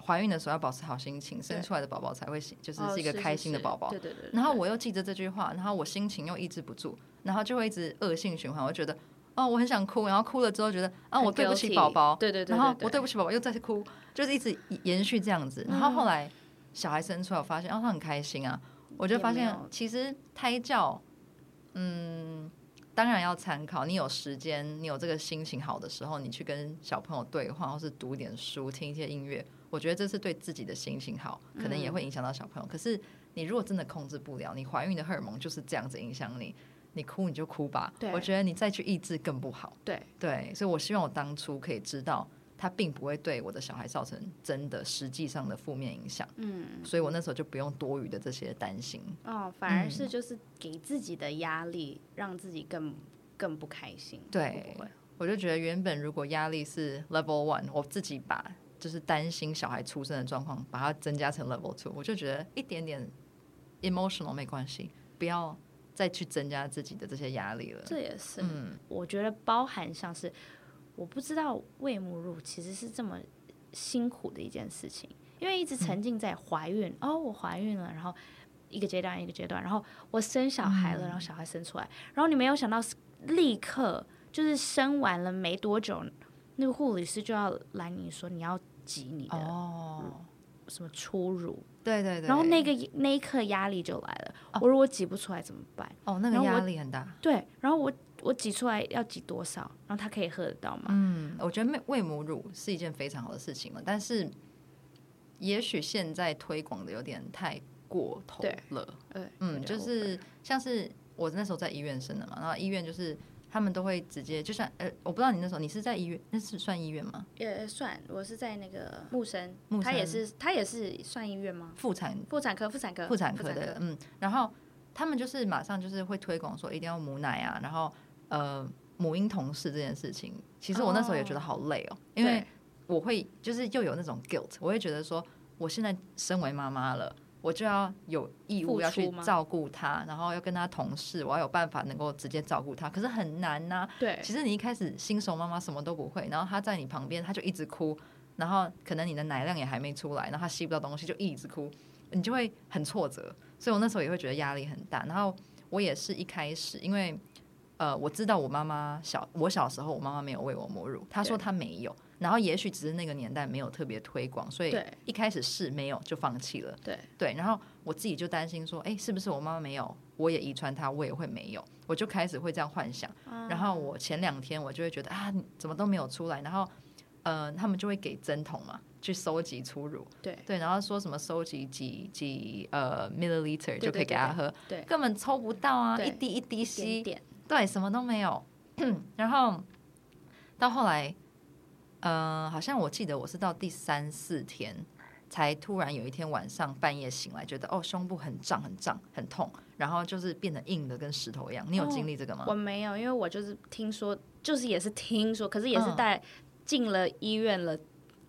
[SPEAKER 1] 怀孕的时候要保持好心情，生出来的宝宝才会喜就是
[SPEAKER 2] 哦
[SPEAKER 1] 是一个开心的宝宝。
[SPEAKER 2] 是对对对。对
[SPEAKER 1] 然后我又记着这句话，然后我心情又抑制不住，然后就会一直恶性循环，我就觉得哦我很想哭，然后哭了之后觉得啊我
[SPEAKER 2] 很
[SPEAKER 1] 对不起
[SPEAKER 2] guilty
[SPEAKER 1] 宝宝，
[SPEAKER 2] 对对对，
[SPEAKER 1] 然后我
[SPEAKER 2] 对嗯
[SPEAKER 1] 对不起宝宝又再次哭，就是一直延续这样子。然后后来小孩生出来，我发现哦他很开心啊，我就发
[SPEAKER 2] 也没
[SPEAKER 1] 现
[SPEAKER 2] 有
[SPEAKER 1] 其实胎教，嗯，当然要参考。你有时间，你有这个心情好的时候，你去跟小朋友对话，或是读一点书，听一些音乐，我觉得这是对自己的心情好，可
[SPEAKER 2] 嗯
[SPEAKER 1] 能也会影响到小朋友。可是你如果真的控制不了，你怀孕的荷尔蒙就是这样子影响你。你哭你就哭吧
[SPEAKER 2] 对，
[SPEAKER 1] 我觉得你再去抑制更不好。
[SPEAKER 2] 对
[SPEAKER 1] 对，所以我希望我当初可以知道，它并不会对我的小孩造成真的实际上的负面影响，
[SPEAKER 2] 嗯
[SPEAKER 1] 所以我那时候就不用多余的这些担心。
[SPEAKER 2] 哦，反而
[SPEAKER 1] 嗯
[SPEAKER 2] 是就是给自己的压力，让自己更更不开心。
[SPEAKER 1] 对
[SPEAKER 2] 会不会
[SPEAKER 1] 我就觉得原本如果压力是 level one，我自己把就是担心小孩出生的状况，把它增加成 level two，我就觉得一点点 emotional 没关系，不要再去增加自己的这些压力了。
[SPEAKER 2] 这也是
[SPEAKER 1] 嗯，
[SPEAKER 2] 我觉得包含像是，我不知道喂母乳其实是这么辛苦的一件事情，因为一
[SPEAKER 1] 嗯
[SPEAKER 2] 直沉浸在怀孕，哦，我怀孕了，然后一个阶段一个阶段，然后我生小孩了，然
[SPEAKER 1] 嗯
[SPEAKER 2] 后小孩生出来，然后你没有想到是立刻就是生完了没多久，那个护理师就要来你说你要挤你的
[SPEAKER 1] 哦，
[SPEAKER 2] 什么初乳，
[SPEAKER 1] 对对哦对，
[SPEAKER 2] 嗯然后那个那一刻压力就来了，我如果挤不出来怎么办？
[SPEAKER 1] 哦，那个
[SPEAKER 2] 然后我
[SPEAKER 1] 压力很大。
[SPEAKER 2] 对，然后我我挤出来要挤多少，然后他可以喝得到吗？
[SPEAKER 1] 嗯，我觉得喂喂母乳是一件非常好的事情了，但是也许现在推广的有点太过头
[SPEAKER 2] 对
[SPEAKER 1] 了。
[SPEAKER 2] 对，
[SPEAKER 1] 嗯，就是像是我那时候在医院生的嘛，然后医院就是他们都会直接，就像呃，我不知道你那时候你是在医院，那是算医院吗？
[SPEAKER 2] 也算，我是在那个木生，
[SPEAKER 1] 木
[SPEAKER 2] 他也
[SPEAKER 1] 生
[SPEAKER 2] 是他也是算医院吗？
[SPEAKER 1] 妇产
[SPEAKER 2] 妇产科，妇产科，
[SPEAKER 1] 妇产科的，嗯，然后他们就是马上就是会推广说一定要母奶啊，然后呃母婴同事这件事情，其实我那时候也觉得好累哦，因为
[SPEAKER 2] 对
[SPEAKER 1] 我会就是又有那种 guilt，我会觉得说我现在身为妈妈了。我就要有义
[SPEAKER 2] 付
[SPEAKER 1] 务
[SPEAKER 2] 出
[SPEAKER 1] 要去
[SPEAKER 2] 吗
[SPEAKER 1] 照顾她，然后要跟她同事，我要有办法能够直接照顾她，可是很难啊呐、
[SPEAKER 2] 对
[SPEAKER 1] 其实你一开始新手妈妈什么都不会，然后她在你旁边，她就一直哭，然后可能你的奶量也还没出来，然后她吸不到东西，就一直哭，你就会很挫折。所以我那时候也会觉得压力很大。然后我也是一开始，因为呃，我知道我妈妈小，我小时候我妈妈没有喂我母乳，她说她没有，然后也许只是那个年代没有特别推广，所以
[SPEAKER 2] 对
[SPEAKER 1] 一开始是没有就放弃了。
[SPEAKER 2] 对
[SPEAKER 1] 对，然后我自己就担心说，哎、是不是我妈妈没有，我也遗传她，我也会没有，我就开始会这样幻想。
[SPEAKER 2] 啊
[SPEAKER 1] 然后我前两天我就会觉得啊，你怎么都没有出来，然后呃，他们就会给针筒嘛，去收集初乳，
[SPEAKER 2] 对
[SPEAKER 1] 对，然后说什么收集几几呃 milliliter 就可
[SPEAKER 2] 对对
[SPEAKER 1] 以给他喝，
[SPEAKER 2] 对
[SPEAKER 1] 根本抽不到啊，
[SPEAKER 2] 对
[SPEAKER 1] 一滴一滴吸
[SPEAKER 2] 一，点
[SPEAKER 1] 对，什么都没有。 然后到后来，呃，好像我记得我是到第三四天，才突然有一天晚上半夜醒来，觉得哦胸部很胀很胀很痛，然后就是变得硬的跟石头一样。你有
[SPEAKER 2] 哦
[SPEAKER 1] 经历这个吗？
[SPEAKER 2] 我没有，因为我就是听说，就是也是听说，可是也是在进了医院了。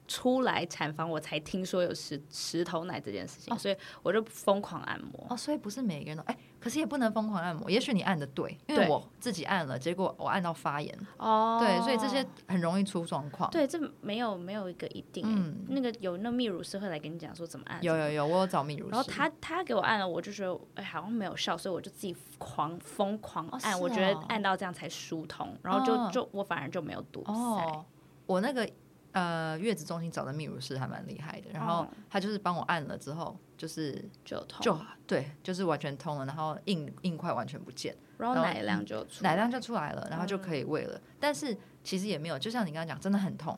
[SPEAKER 2] 出来产房，我才听说有石石头奶这件事情，所以我就疯狂按摩。
[SPEAKER 1] 哦，所以不是每个人都哎、可是也不能疯狂按摩。也许你按的对，因
[SPEAKER 2] 对
[SPEAKER 1] 为我自己按了，结果我按到发炎，
[SPEAKER 2] 哦
[SPEAKER 1] 对，所以这些很容易出状况。
[SPEAKER 2] 对，这没有没有一个一定、
[SPEAKER 1] 嗯
[SPEAKER 2] 那个有那泌乳师会来跟你讲说怎么按，
[SPEAKER 1] 有
[SPEAKER 2] 怎么
[SPEAKER 1] 有有，我有找泌乳
[SPEAKER 2] 然后
[SPEAKER 1] 师
[SPEAKER 2] 他他给我按了，我就觉得哎好像没有效，所以我就自己狂疯狂按，
[SPEAKER 1] 是
[SPEAKER 2] 我觉得
[SPEAKER 1] 哦
[SPEAKER 2] 按到这样才疏通，然后就、
[SPEAKER 1] 哦
[SPEAKER 2] 就我反而就没有堵塞。
[SPEAKER 1] 哦，我那个呃月子中心找的泌乳师还蛮厉害的，然后
[SPEAKER 2] 哦
[SPEAKER 1] 他就是帮我按了之后，就是
[SPEAKER 2] 就痛，
[SPEAKER 1] 就对，就是完全通了，然后硬硬块完全不见，
[SPEAKER 2] 然后
[SPEAKER 1] 然后
[SPEAKER 2] 奶量就出
[SPEAKER 1] 奶
[SPEAKER 2] 来嗯
[SPEAKER 1] 量就出来了，然后就可以喂了。但是其实也没有，就像你刚刚讲，真的很痛。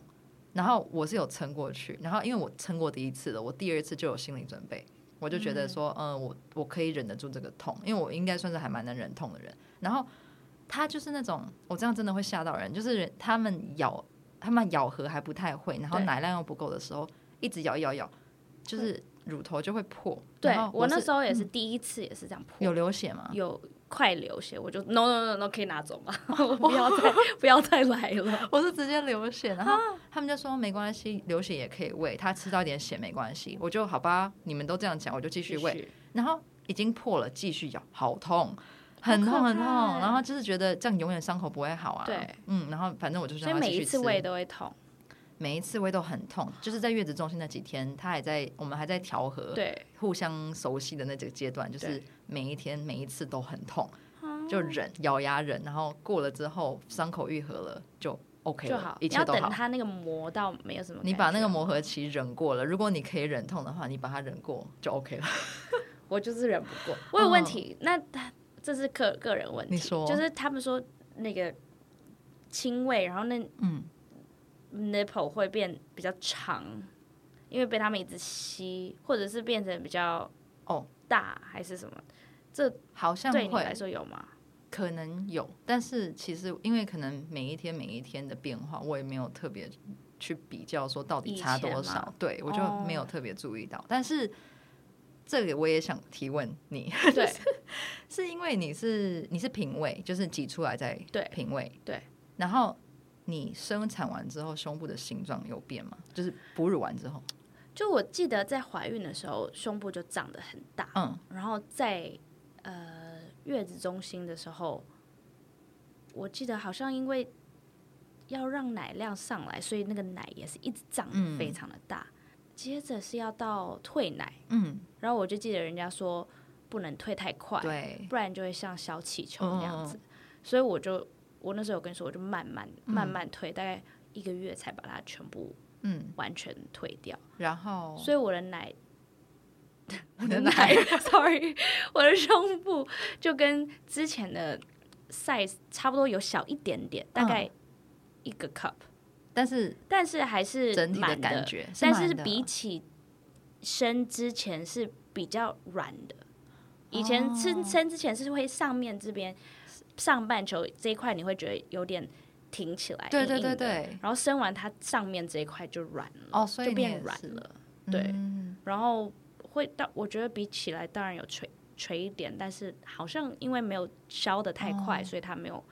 [SPEAKER 1] 然后我是有撑过去，然后因为我撑过第一次了，我第二次就有心理准备，我就觉得说，嗯、我我可以忍得住这个痛，因为我应该算是还蛮能忍痛的人。然后他就是那种，我这样真的会吓到人，就是人他们咬他们咬合还不太会，然后
[SPEAKER 2] 对
[SPEAKER 1] 奶量又不够的时候，一直咬一咬咬，就是乳头就会破。
[SPEAKER 2] 对
[SPEAKER 1] 然后
[SPEAKER 2] 我那
[SPEAKER 1] 是嗯
[SPEAKER 2] 时候也是第一次，也是这样破，
[SPEAKER 1] 有流血吗？
[SPEAKER 2] 有快流血，我就 no no no no 可以拿走吗？ 我不要再不要再来了。
[SPEAKER 1] 我是直接流血，然后
[SPEAKER 2] 啊
[SPEAKER 1] 他们就说没关系，流血也可以喂，他吃到一点血没关系。我就好吧，你们都这样讲，我就 继续喂。然后已经破了，继续咬，好痛，很
[SPEAKER 2] 好
[SPEAKER 1] 痛
[SPEAKER 2] 可
[SPEAKER 1] 很痛。
[SPEAKER 2] 怕欸
[SPEAKER 1] 然后就是觉得这样永远伤口不会好啊。
[SPEAKER 2] 对，
[SPEAKER 1] 嗯，然后反正我就是
[SPEAKER 2] 所以每一次喂都会痛。
[SPEAKER 1] 每一次喂都很痛，就是在月子中心那几天，他还在我们还在调和，
[SPEAKER 2] 对，
[SPEAKER 1] 互相熟悉的那几个阶段，就是
[SPEAKER 2] 对啊
[SPEAKER 1] 每一天每一次都很痛，就忍咬牙忍，然后过了之后伤口愈合了就 OK
[SPEAKER 2] 就
[SPEAKER 1] 了，
[SPEAKER 2] 好。
[SPEAKER 1] 一
[SPEAKER 2] 你
[SPEAKER 1] 切
[SPEAKER 2] 要
[SPEAKER 1] 都
[SPEAKER 2] 等它那个磨到没有什么感觉。
[SPEAKER 1] 你把那个磨合期忍过了，如果你可以忍痛的话，你把它忍过就 OK 了。
[SPEAKER 2] 我就是忍不过。我有问题，那他这是个个人问题，
[SPEAKER 1] 你说
[SPEAKER 2] 就是他们说那个亲喂，然后那
[SPEAKER 1] 嗯
[SPEAKER 2] nipple 会变比较长，因为被他们一直吸，或者是变成比较
[SPEAKER 1] 哦
[SPEAKER 2] 大还是什么？
[SPEAKER 1] 好像
[SPEAKER 2] 对你
[SPEAKER 1] 会
[SPEAKER 2] 来说有吗？
[SPEAKER 1] 可能有，但是其实因为可能每一天每一天的变化，我也没有特别去比较说到底差多
[SPEAKER 2] 以前
[SPEAKER 1] 少
[SPEAKER 2] 吗，
[SPEAKER 1] 对我就
[SPEAKER 2] 哦
[SPEAKER 1] 没有特别注意到。但是这里我也想提问你，
[SPEAKER 2] 对，
[SPEAKER 1] 是因为你是你是平胃，就是挤出来再
[SPEAKER 2] 对
[SPEAKER 1] 平胃，
[SPEAKER 2] 对，
[SPEAKER 1] 然后。你生产完之后，胸部的形状有变吗？就是哺乳完之后，
[SPEAKER 2] 就我记得在怀孕的时候，胸部就长得很大，
[SPEAKER 1] 嗯，
[SPEAKER 2] 然后在呃月子中心的时候，我记得好像因为要让奶量上来，所以那个奶也是一直长得非常的大。接着是要到退奶，
[SPEAKER 1] 嗯，
[SPEAKER 2] 然后我就记得人家说不能退太快，
[SPEAKER 1] 对，
[SPEAKER 2] 不然就会像小气
[SPEAKER 1] 嗯
[SPEAKER 2] 球
[SPEAKER 1] 嗯
[SPEAKER 2] 那样子。所以我就我那时候有跟你说，我就慢慢慢慢退，大概一个月才把它全部
[SPEAKER 1] 嗯，
[SPEAKER 2] 完全退掉。
[SPEAKER 1] 然后
[SPEAKER 2] 所以我的 奶，
[SPEAKER 1] 哦我
[SPEAKER 2] 我的奶 ，sorry，我的胸部就跟之前的 size 差不多，有小一点点，
[SPEAKER 1] 嗯
[SPEAKER 2] 大概一个 cup，、
[SPEAKER 1] 但是
[SPEAKER 2] 但是还是
[SPEAKER 1] 整体
[SPEAKER 2] 满的
[SPEAKER 1] 感觉是
[SPEAKER 2] 但
[SPEAKER 1] 满
[SPEAKER 2] 是
[SPEAKER 1] 的
[SPEAKER 2] 比起生之前是比较软的。以
[SPEAKER 1] 哦
[SPEAKER 2] 前生生之前是会上面这边上半球这一块你会觉得有点挺起来，
[SPEAKER 1] 对对
[SPEAKER 2] 硬
[SPEAKER 1] 对
[SPEAKER 2] 硬的，
[SPEAKER 1] 对，
[SPEAKER 2] 然后生完它上面这一块就软了，
[SPEAKER 1] 哦，所以
[SPEAKER 2] 就
[SPEAKER 1] 你
[SPEAKER 2] 变
[SPEAKER 1] 也
[SPEAKER 2] 软
[SPEAKER 1] 是
[SPEAKER 2] 了，对。
[SPEAKER 1] 嗯
[SPEAKER 2] 然后会到，我觉得比起来当然有垂垂一点，但是好像因为没有消的太
[SPEAKER 1] 哦
[SPEAKER 2] 快，所以它没有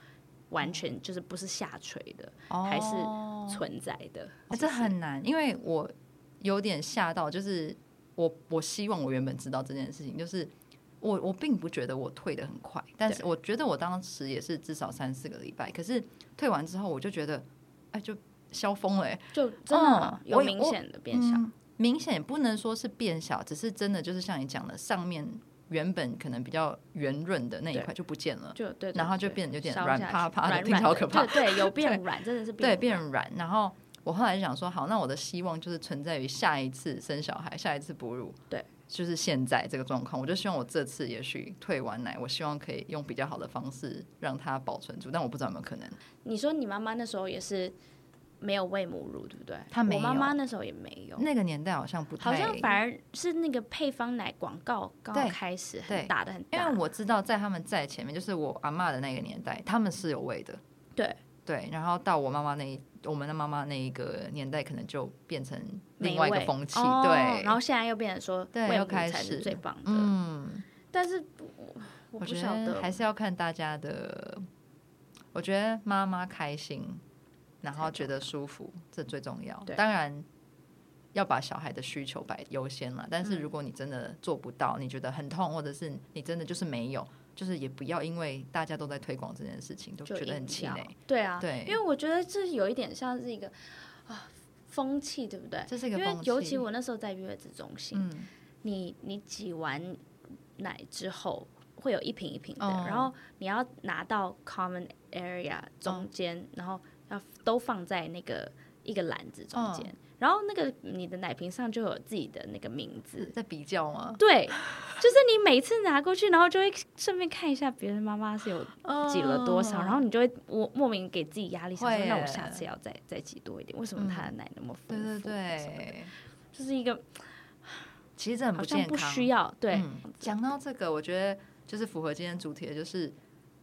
[SPEAKER 2] 完全就是不是下垂的，还是
[SPEAKER 1] 哦
[SPEAKER 2] 存在的。
[SPEAKER 1] 哎这很难，因为我有点吓到，就是我我希望我原本知道这件事情，就是我我并不觉得我退的很快，但是我觉得我当时也是至少三四个礼拜，可是退完之后我就觉得，哎，就消风了、哎
[SPEAKER 2] 就真的
[SPEAKER 1] 嗯
[SPEAKER 2] 有
[SPEAKER 1] 我也
[SPEAKER 2] 明显的变小，
[SPEAKER 1] 嗯明显也不能说是变小，只是真的就是像你讲的，上面原本可能比较圆润的那一
[SPEAKER 2] 对
[SPEAKER 1] 块就不见了。
[SPEAKER 2] 就对对
[SPEAKER 1] 然后就
[SPEAKER 2] 对
[SPEAKER 1] 变得有点
[SPEAKER 2] 烧
[SPEAKER 1] 软
[SPEAKER 2] 下去
[SPEAKER 1] 趴趴的
[SPEAKER 2] 软
[SPEAKER 1] 听起来
[SPEAKER 2] 软
[SPEAKER 1] 好可怕
[SPEAKER 2] 对对，有变软，真的是
[SPEAKER 1] 对，
[SPEAKER 2] 变
[SPEAKER 1] 变
[SPEAKER 2] 软
[SPEAKER 1] 软。然后我后来就想说，好，那我的希望就是存在于下一次生小孩，下一次哺乳，
[SPEAKER 2] 对，
[SPEAKER 1] 就是现在这个状况。我就希望我这次也许退完奶，我希望可以用比较好的方式让它保存住，但我不知道有没有可能。
[SPEAKER 2] 你说你妈妈那时候也是没有喂母乳，对不对？
[SPEAKER 1] 她没
[SPEAKER 2] 我妈
[SPEAKER 1] 有
[SPEAKER 2] 妈那时候也没有，
[SPEAKER 1] 那个年代好像不太，
[SPEAKER 2] 好像反而是那个配方奶广告刚好
[SPEAKER 1] 对
[SPEAKER 2] 开始
[SPEAKER 1] 对
[SPEAKER 2] 很打的很
[SPEAKER 1] 因
[SPEAKER 2] 大
[SPEAKER 1] 为，我知道在他们在前面，就是我阿嬷的那个年代，他们是有喂的，
[SPEAKER 2] 对
[SPEAKER 1] 对，然后到我妈妈那一。我们的妈妈那一个年代，可能就变成
[SPEAKER 2] 没
[SPEAKER 1] 另外一个
[SPEAKER 2] 喂
[SPEAKER 1] 风气，
[SPEAKER 2] 哦
[SPEAKER 1] 对。
[SPEAKER 2] 然后现在又变成说
[SPEAKER 1] 对
[SPEAKER 2] 喂
[SPEAKER 1] 又
[SPEAKER 2] 母
[SPEAKER 1] 开
[SPEAKER 2] 才是
[SPEAKER 1] 始
[SPEAKER 2] 最棒的，
[SPEAKER 1] 嗯，
[SPEAKER 2] 但是我我
[SPEAKER 1] 我
[SPEAKER 2] 不
[SPEAKER 1] 觉
[SPEAKER 2] 晓
[SPEAKER 1] 得
[SPEAKER 2] 得
[SPEAKER 1] 还是要看大家的。我觉得妈妈开心，然后觉得舒服，这最重要。
[SPEAKER 2] 对
[SPEAKER 1] 当然要把小孩的需求摆优先了。但
[SPEAKER 2] 嗯
[SPEAKER 1] 是如果你真的做不到，你觉得很痛，或者是你真的就是没有，就是也不要因为大家都在推广这件事情，就
[SPEAKER 2] 就
[SPEAKER 1] 觉得很
[SPEAKER 2] 硬
[SPEAKER 1] 气
[SPEAKER 2] 要
[SPEAKER 1] 馁。，
[SPEAKER 2] 对啊，
[SPEAKER 1] 对
[SPEAKER 2] 因为我觉得这有一点像是一个啊风气，对不对？
[SPEAKER 1] 这是一
[SPEAKER 2] 因
[SPEAKER 1] 个
[SPEAKER 2] 为
[SPEAKER 1] 风气。
[SPEAKER 2] 尤其我那时候在月子中心，
[SPEAKER 1] 嗯，
[SPEAKER 2] 你你挤完奶之后会有一瓶一瓶的，
[SPEAKER 1] 哦
[SPEAKER 2] 然后你要拿到 common area
[SPEAKER 1] 哦
[SPEAKER 2] 中间，然后要都放在那个一个篮子
[SPEAKER 1] 嗯
[SPEAKER 2] 中间，然后那个你的奶瓶上就有自己的那个名字。
[SPEAKER 1] 在比较吗？
[SPEAKER 2] 对，就是你每次拿过去，然后就会顺便看一下别人妈妈是有挤了多少，然后你就会我莫名给自己压力，想说
[SPEAKER 1] 会
[SPEAKER 2] 那我下次要再嗯再挤多一点。为什么她的奶那么丰
[SPEAKER 1] 对
[SPEAKER 2] 富？
[SPEAKER 1] 对
[SPEAKER 2] 什么的
[SPEAKER 1] 对，
[SPEAKER 2] 就是一个
[SPEAKER 1] 其实这很
[SPEAKER 2] 好像
[SPEAKER 1] 健
[SPEAKER 2] 不
[SPEAKER 1] 康。
[SPEAKER 2] 需要对，
[SPEAKER 1] 嗯讲到这个，我觉得就是符合今天主题的，就是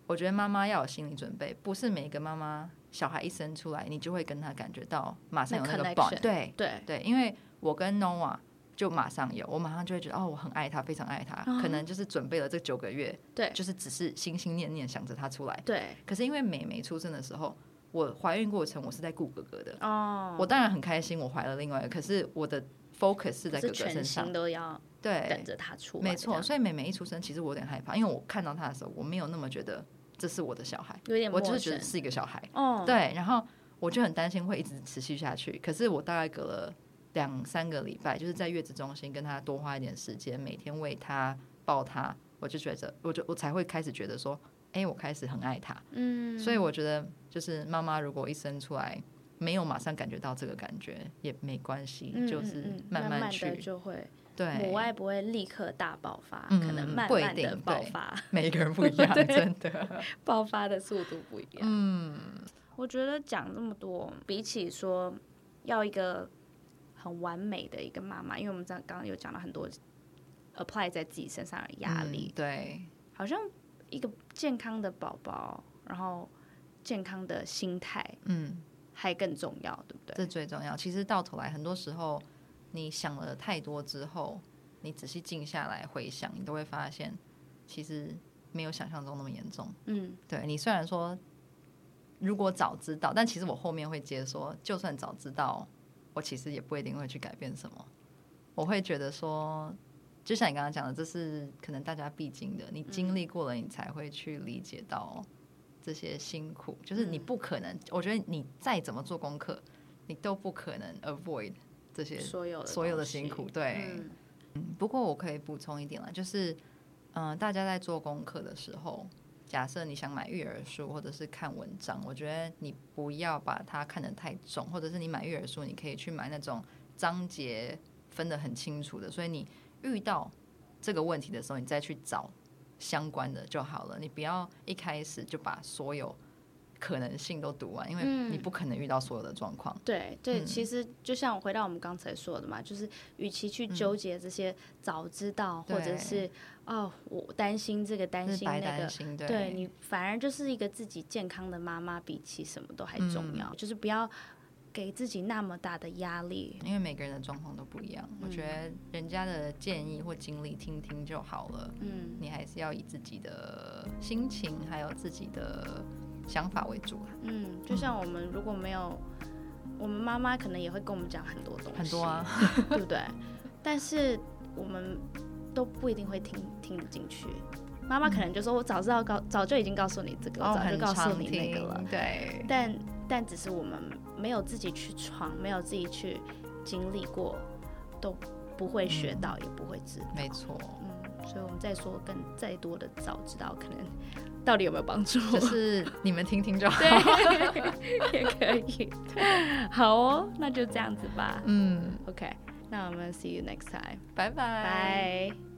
[SPEAKER 1] 我觉得妈妈要有心理准备，不是每个妈妈小孩一生出来，你就会跟他感觉到马上有那个
[SPEAKER 2] 那
[SPEAKER 1] bond，
[SPEAKER 2] connection
[SPEAKER 1] 对
[SPEAKER 2] 对，
[SPEAKER 1] 对，因为我跟 Nova 就马上有，我马上就会觉得哦，我很爱他，非常爱他，
[SPEAKER 2] 哦
[SPEAKER 1] 可能就是准备了这九个月，
[SPEAKER 2] 对
[SPEAKER 1] 就是只是心心念念想着他出来，
[SPEAKER 2] 对，
[SPEAKER 1] 可是因为美美出生的时候，我怀孕过程我是在顾哥哥的，
[SPEAKER 2] 哦，
[SPEAKER 1] 我当然很开心，我怀了另外一个，可是我的 focus 是在哥
[SPEAKER 2] 是
[SPEAKER 1] 哥身
[SPEAKER 2] 全
[SPEAKER 1] 上
[SPEAKER 2] 心，都要
[SPEAKER 1] 对
[SPEAKER 2] 等，着他出来，
[SPEAKER 1] 没错。，所以美美一出生，其实我有点害怕，因为我看到她的时候，我没有那么觉得这是我的小孩，
[SPEAKER 2] 有点
[SPEAKER 1] 我
[SPEAKER 2] 陌
[SPEAKER 1] 就
[SPEAKER 2] 生
[SPEAKER 1] 是觉得是一个小孩，
[SPEAKER 2] 哦，
[SPEAKER 1] 对。然后我就很担心会一直持续下去，可是我大概隔了两三个礼拜，就是在月子中心跟她多花一点时间，每天喂她、抱她，我就觉得，我就我才会开始觉得说，哎、我开始很爱她。
[SPEAKER 2] 嗯，
[SPEAKER 1] 所以我觉得，就是妈妈如果一生出来没有马上感觉到这个感觉也没关系，
[SPEAKER 2] 嗯
[SPEAKER 1] 就
[SPEAKER 2] 嗯
[SPEAKER 1] 是
[SPEAKER 2] 嗯
[SPEAKER 1] 慢
[SPEAKER 2] 慢
[SPEAKER 1] 去。
[SPEAKER 2] 的就会母
[SPEAKER 1] 对，
[SPEAKER 2] 爱不会立刻大爆发，
[SPEAKER 1] 嗯
[SPEAKER 2] 可能慢
[SPEAKER 1] 不一
[SPEAKER 2] 慢的
[SPEAKER 1] 定
[SPEAKER 2] 爆
[SPEAKER 1] 对
[SPEAKER 2] 发，
[SPEAKER 1] 每个人不一样，
[SPEAKER 2] 对
[SPEAKER 1] 真的。
[SPEAKER 2] 爆发的速度不一样。
[SPEAKER 1] 嗯，
[SPEAKER 2] 我觉得讲这么多，比起说要一个很完美的一个妈妈，因为我们刚刚有讲到很多 apply 在自己身上的 压力，
[SPEAKER 1] 嗯对，
[SPEAKER 2] 好像一个健康的宝宝，然后健康的心态
[SPEAKER 1] 嗯，
[SPEAKER 2] 还更重要，对不对？
[SPEAKER 1] 这最重要。其实到头来，很多时候你想了太多之后，你仔细静下来回想，你都会发现，其实没有想象中那么严重。
[SPEAKER 2] 嗯，
[SPEAKER 1] 对你虽然说如果早知道，但其实我后面会接说，就算早知道，我其实也不一定会去改变什么。我会觉得说，就像你刚刚讲的，这是可能大家必经的，你
[SPEAKER 2] 嗯
[SPEAKER 1] 经历过了，你才会去理解到这些辛苦。就是
[SPEAKER 2] 嗯
[SPEAKER 1] 你不可能，我觉得你再怎么做功课，你都不可能 avoid 这些
[SPEAKER 2] 所有的
[SPEAKER 1] 所有的
[SPEAKER 2] 东西
[SPEAKER 1] 辛苦。对，
[SPEAKER 2] 嗯
[SPEAKER 1] 不过我可以补充一点啦，就是，嗯、大家在做功课的时候，假设你想买育儿书或者是看文章，我觉得你不要把它看得太重，或者是你买育儿书，你可以去买那种章节分得很清楚的，所以你遇到这个问题的时候，你再去找相关的就好了，你不要一开始就把所有可能性都读完，因为
[SPEAKER 2] 嗯
[SPEAKER 1] 你不可能遇到所有的状况。
[SPEAKER 2] 对对，
[SPEAKER 1] 嗯
[SPEAKER 2] 其实就像我回到我们刚才说的嘛，就是与其去纠结这些早知道，
[SPEAKER 1] 嗯对
[SPEAKER 2] 或者是哦我担心这个担
[SPEAKER 1] 就是
[SPEAKER 2] 心
[SPEAKER 1] 白
[SPEAKER 2] 那
[SPEAKER 1] 担
[SPEAKER 2] 个，
[SPEAKER 1] 心，
[SPEAKER 2] 对
[SPEAKER 1] 对
[SPEAKER 2] 你反而就是一个自己健康的妈妈，比起什么都还
[SPEAKER 1] 嗯
[SPEAKER 2] 重要，就是不要给自己那么大的压力。
[SPEAKER 1] 因为每个人的状况都不一样，我觉得人家的建议或经历听听就好了。
[SPEAKER 2] 嗯，
[SPEAKER 1] 你还是要以自己的心情还有自己的想法为主啦。啊
[SPEAKER 2] 嗯，就像我们如果没有，我们妈妈可能也会跟我们讲很多东西，
[SPEAKER 1] 很多，啊，
[SPEAKER 2] 对不对？但是我们都不一定会听听得进去。妈妈可能就说：“我早知道告，早就已经告诉你这个，我早就
[SPEAKER 1] 哦很
[SPEAKER 2] 告诉
[SPEAKER 1] 常
[SPEAKER 2] 你那个了。
[SPEAKER 1] 听 对，
[SPEAKER 2] 但但只是我们没有自己去闯，没有自己去经历过，都不会学到，也不会知道。
[SPEAKER 1] 没错，
[SPEAKER 2] 嗯，所以我们再说更再多的早知道，可能到底有没有帮助？
[SPEAKER 1] 就是你们听听就 好。
[SPEAKER 2] 对， 也可以。好哦，那就这样子吧。
[SPEAKER 1] 嗯，
[SPEAKER 2] OK，那我们 see you next time，
[SPEAKER 1] 拜拜，
[SPEAKER 2] 拜。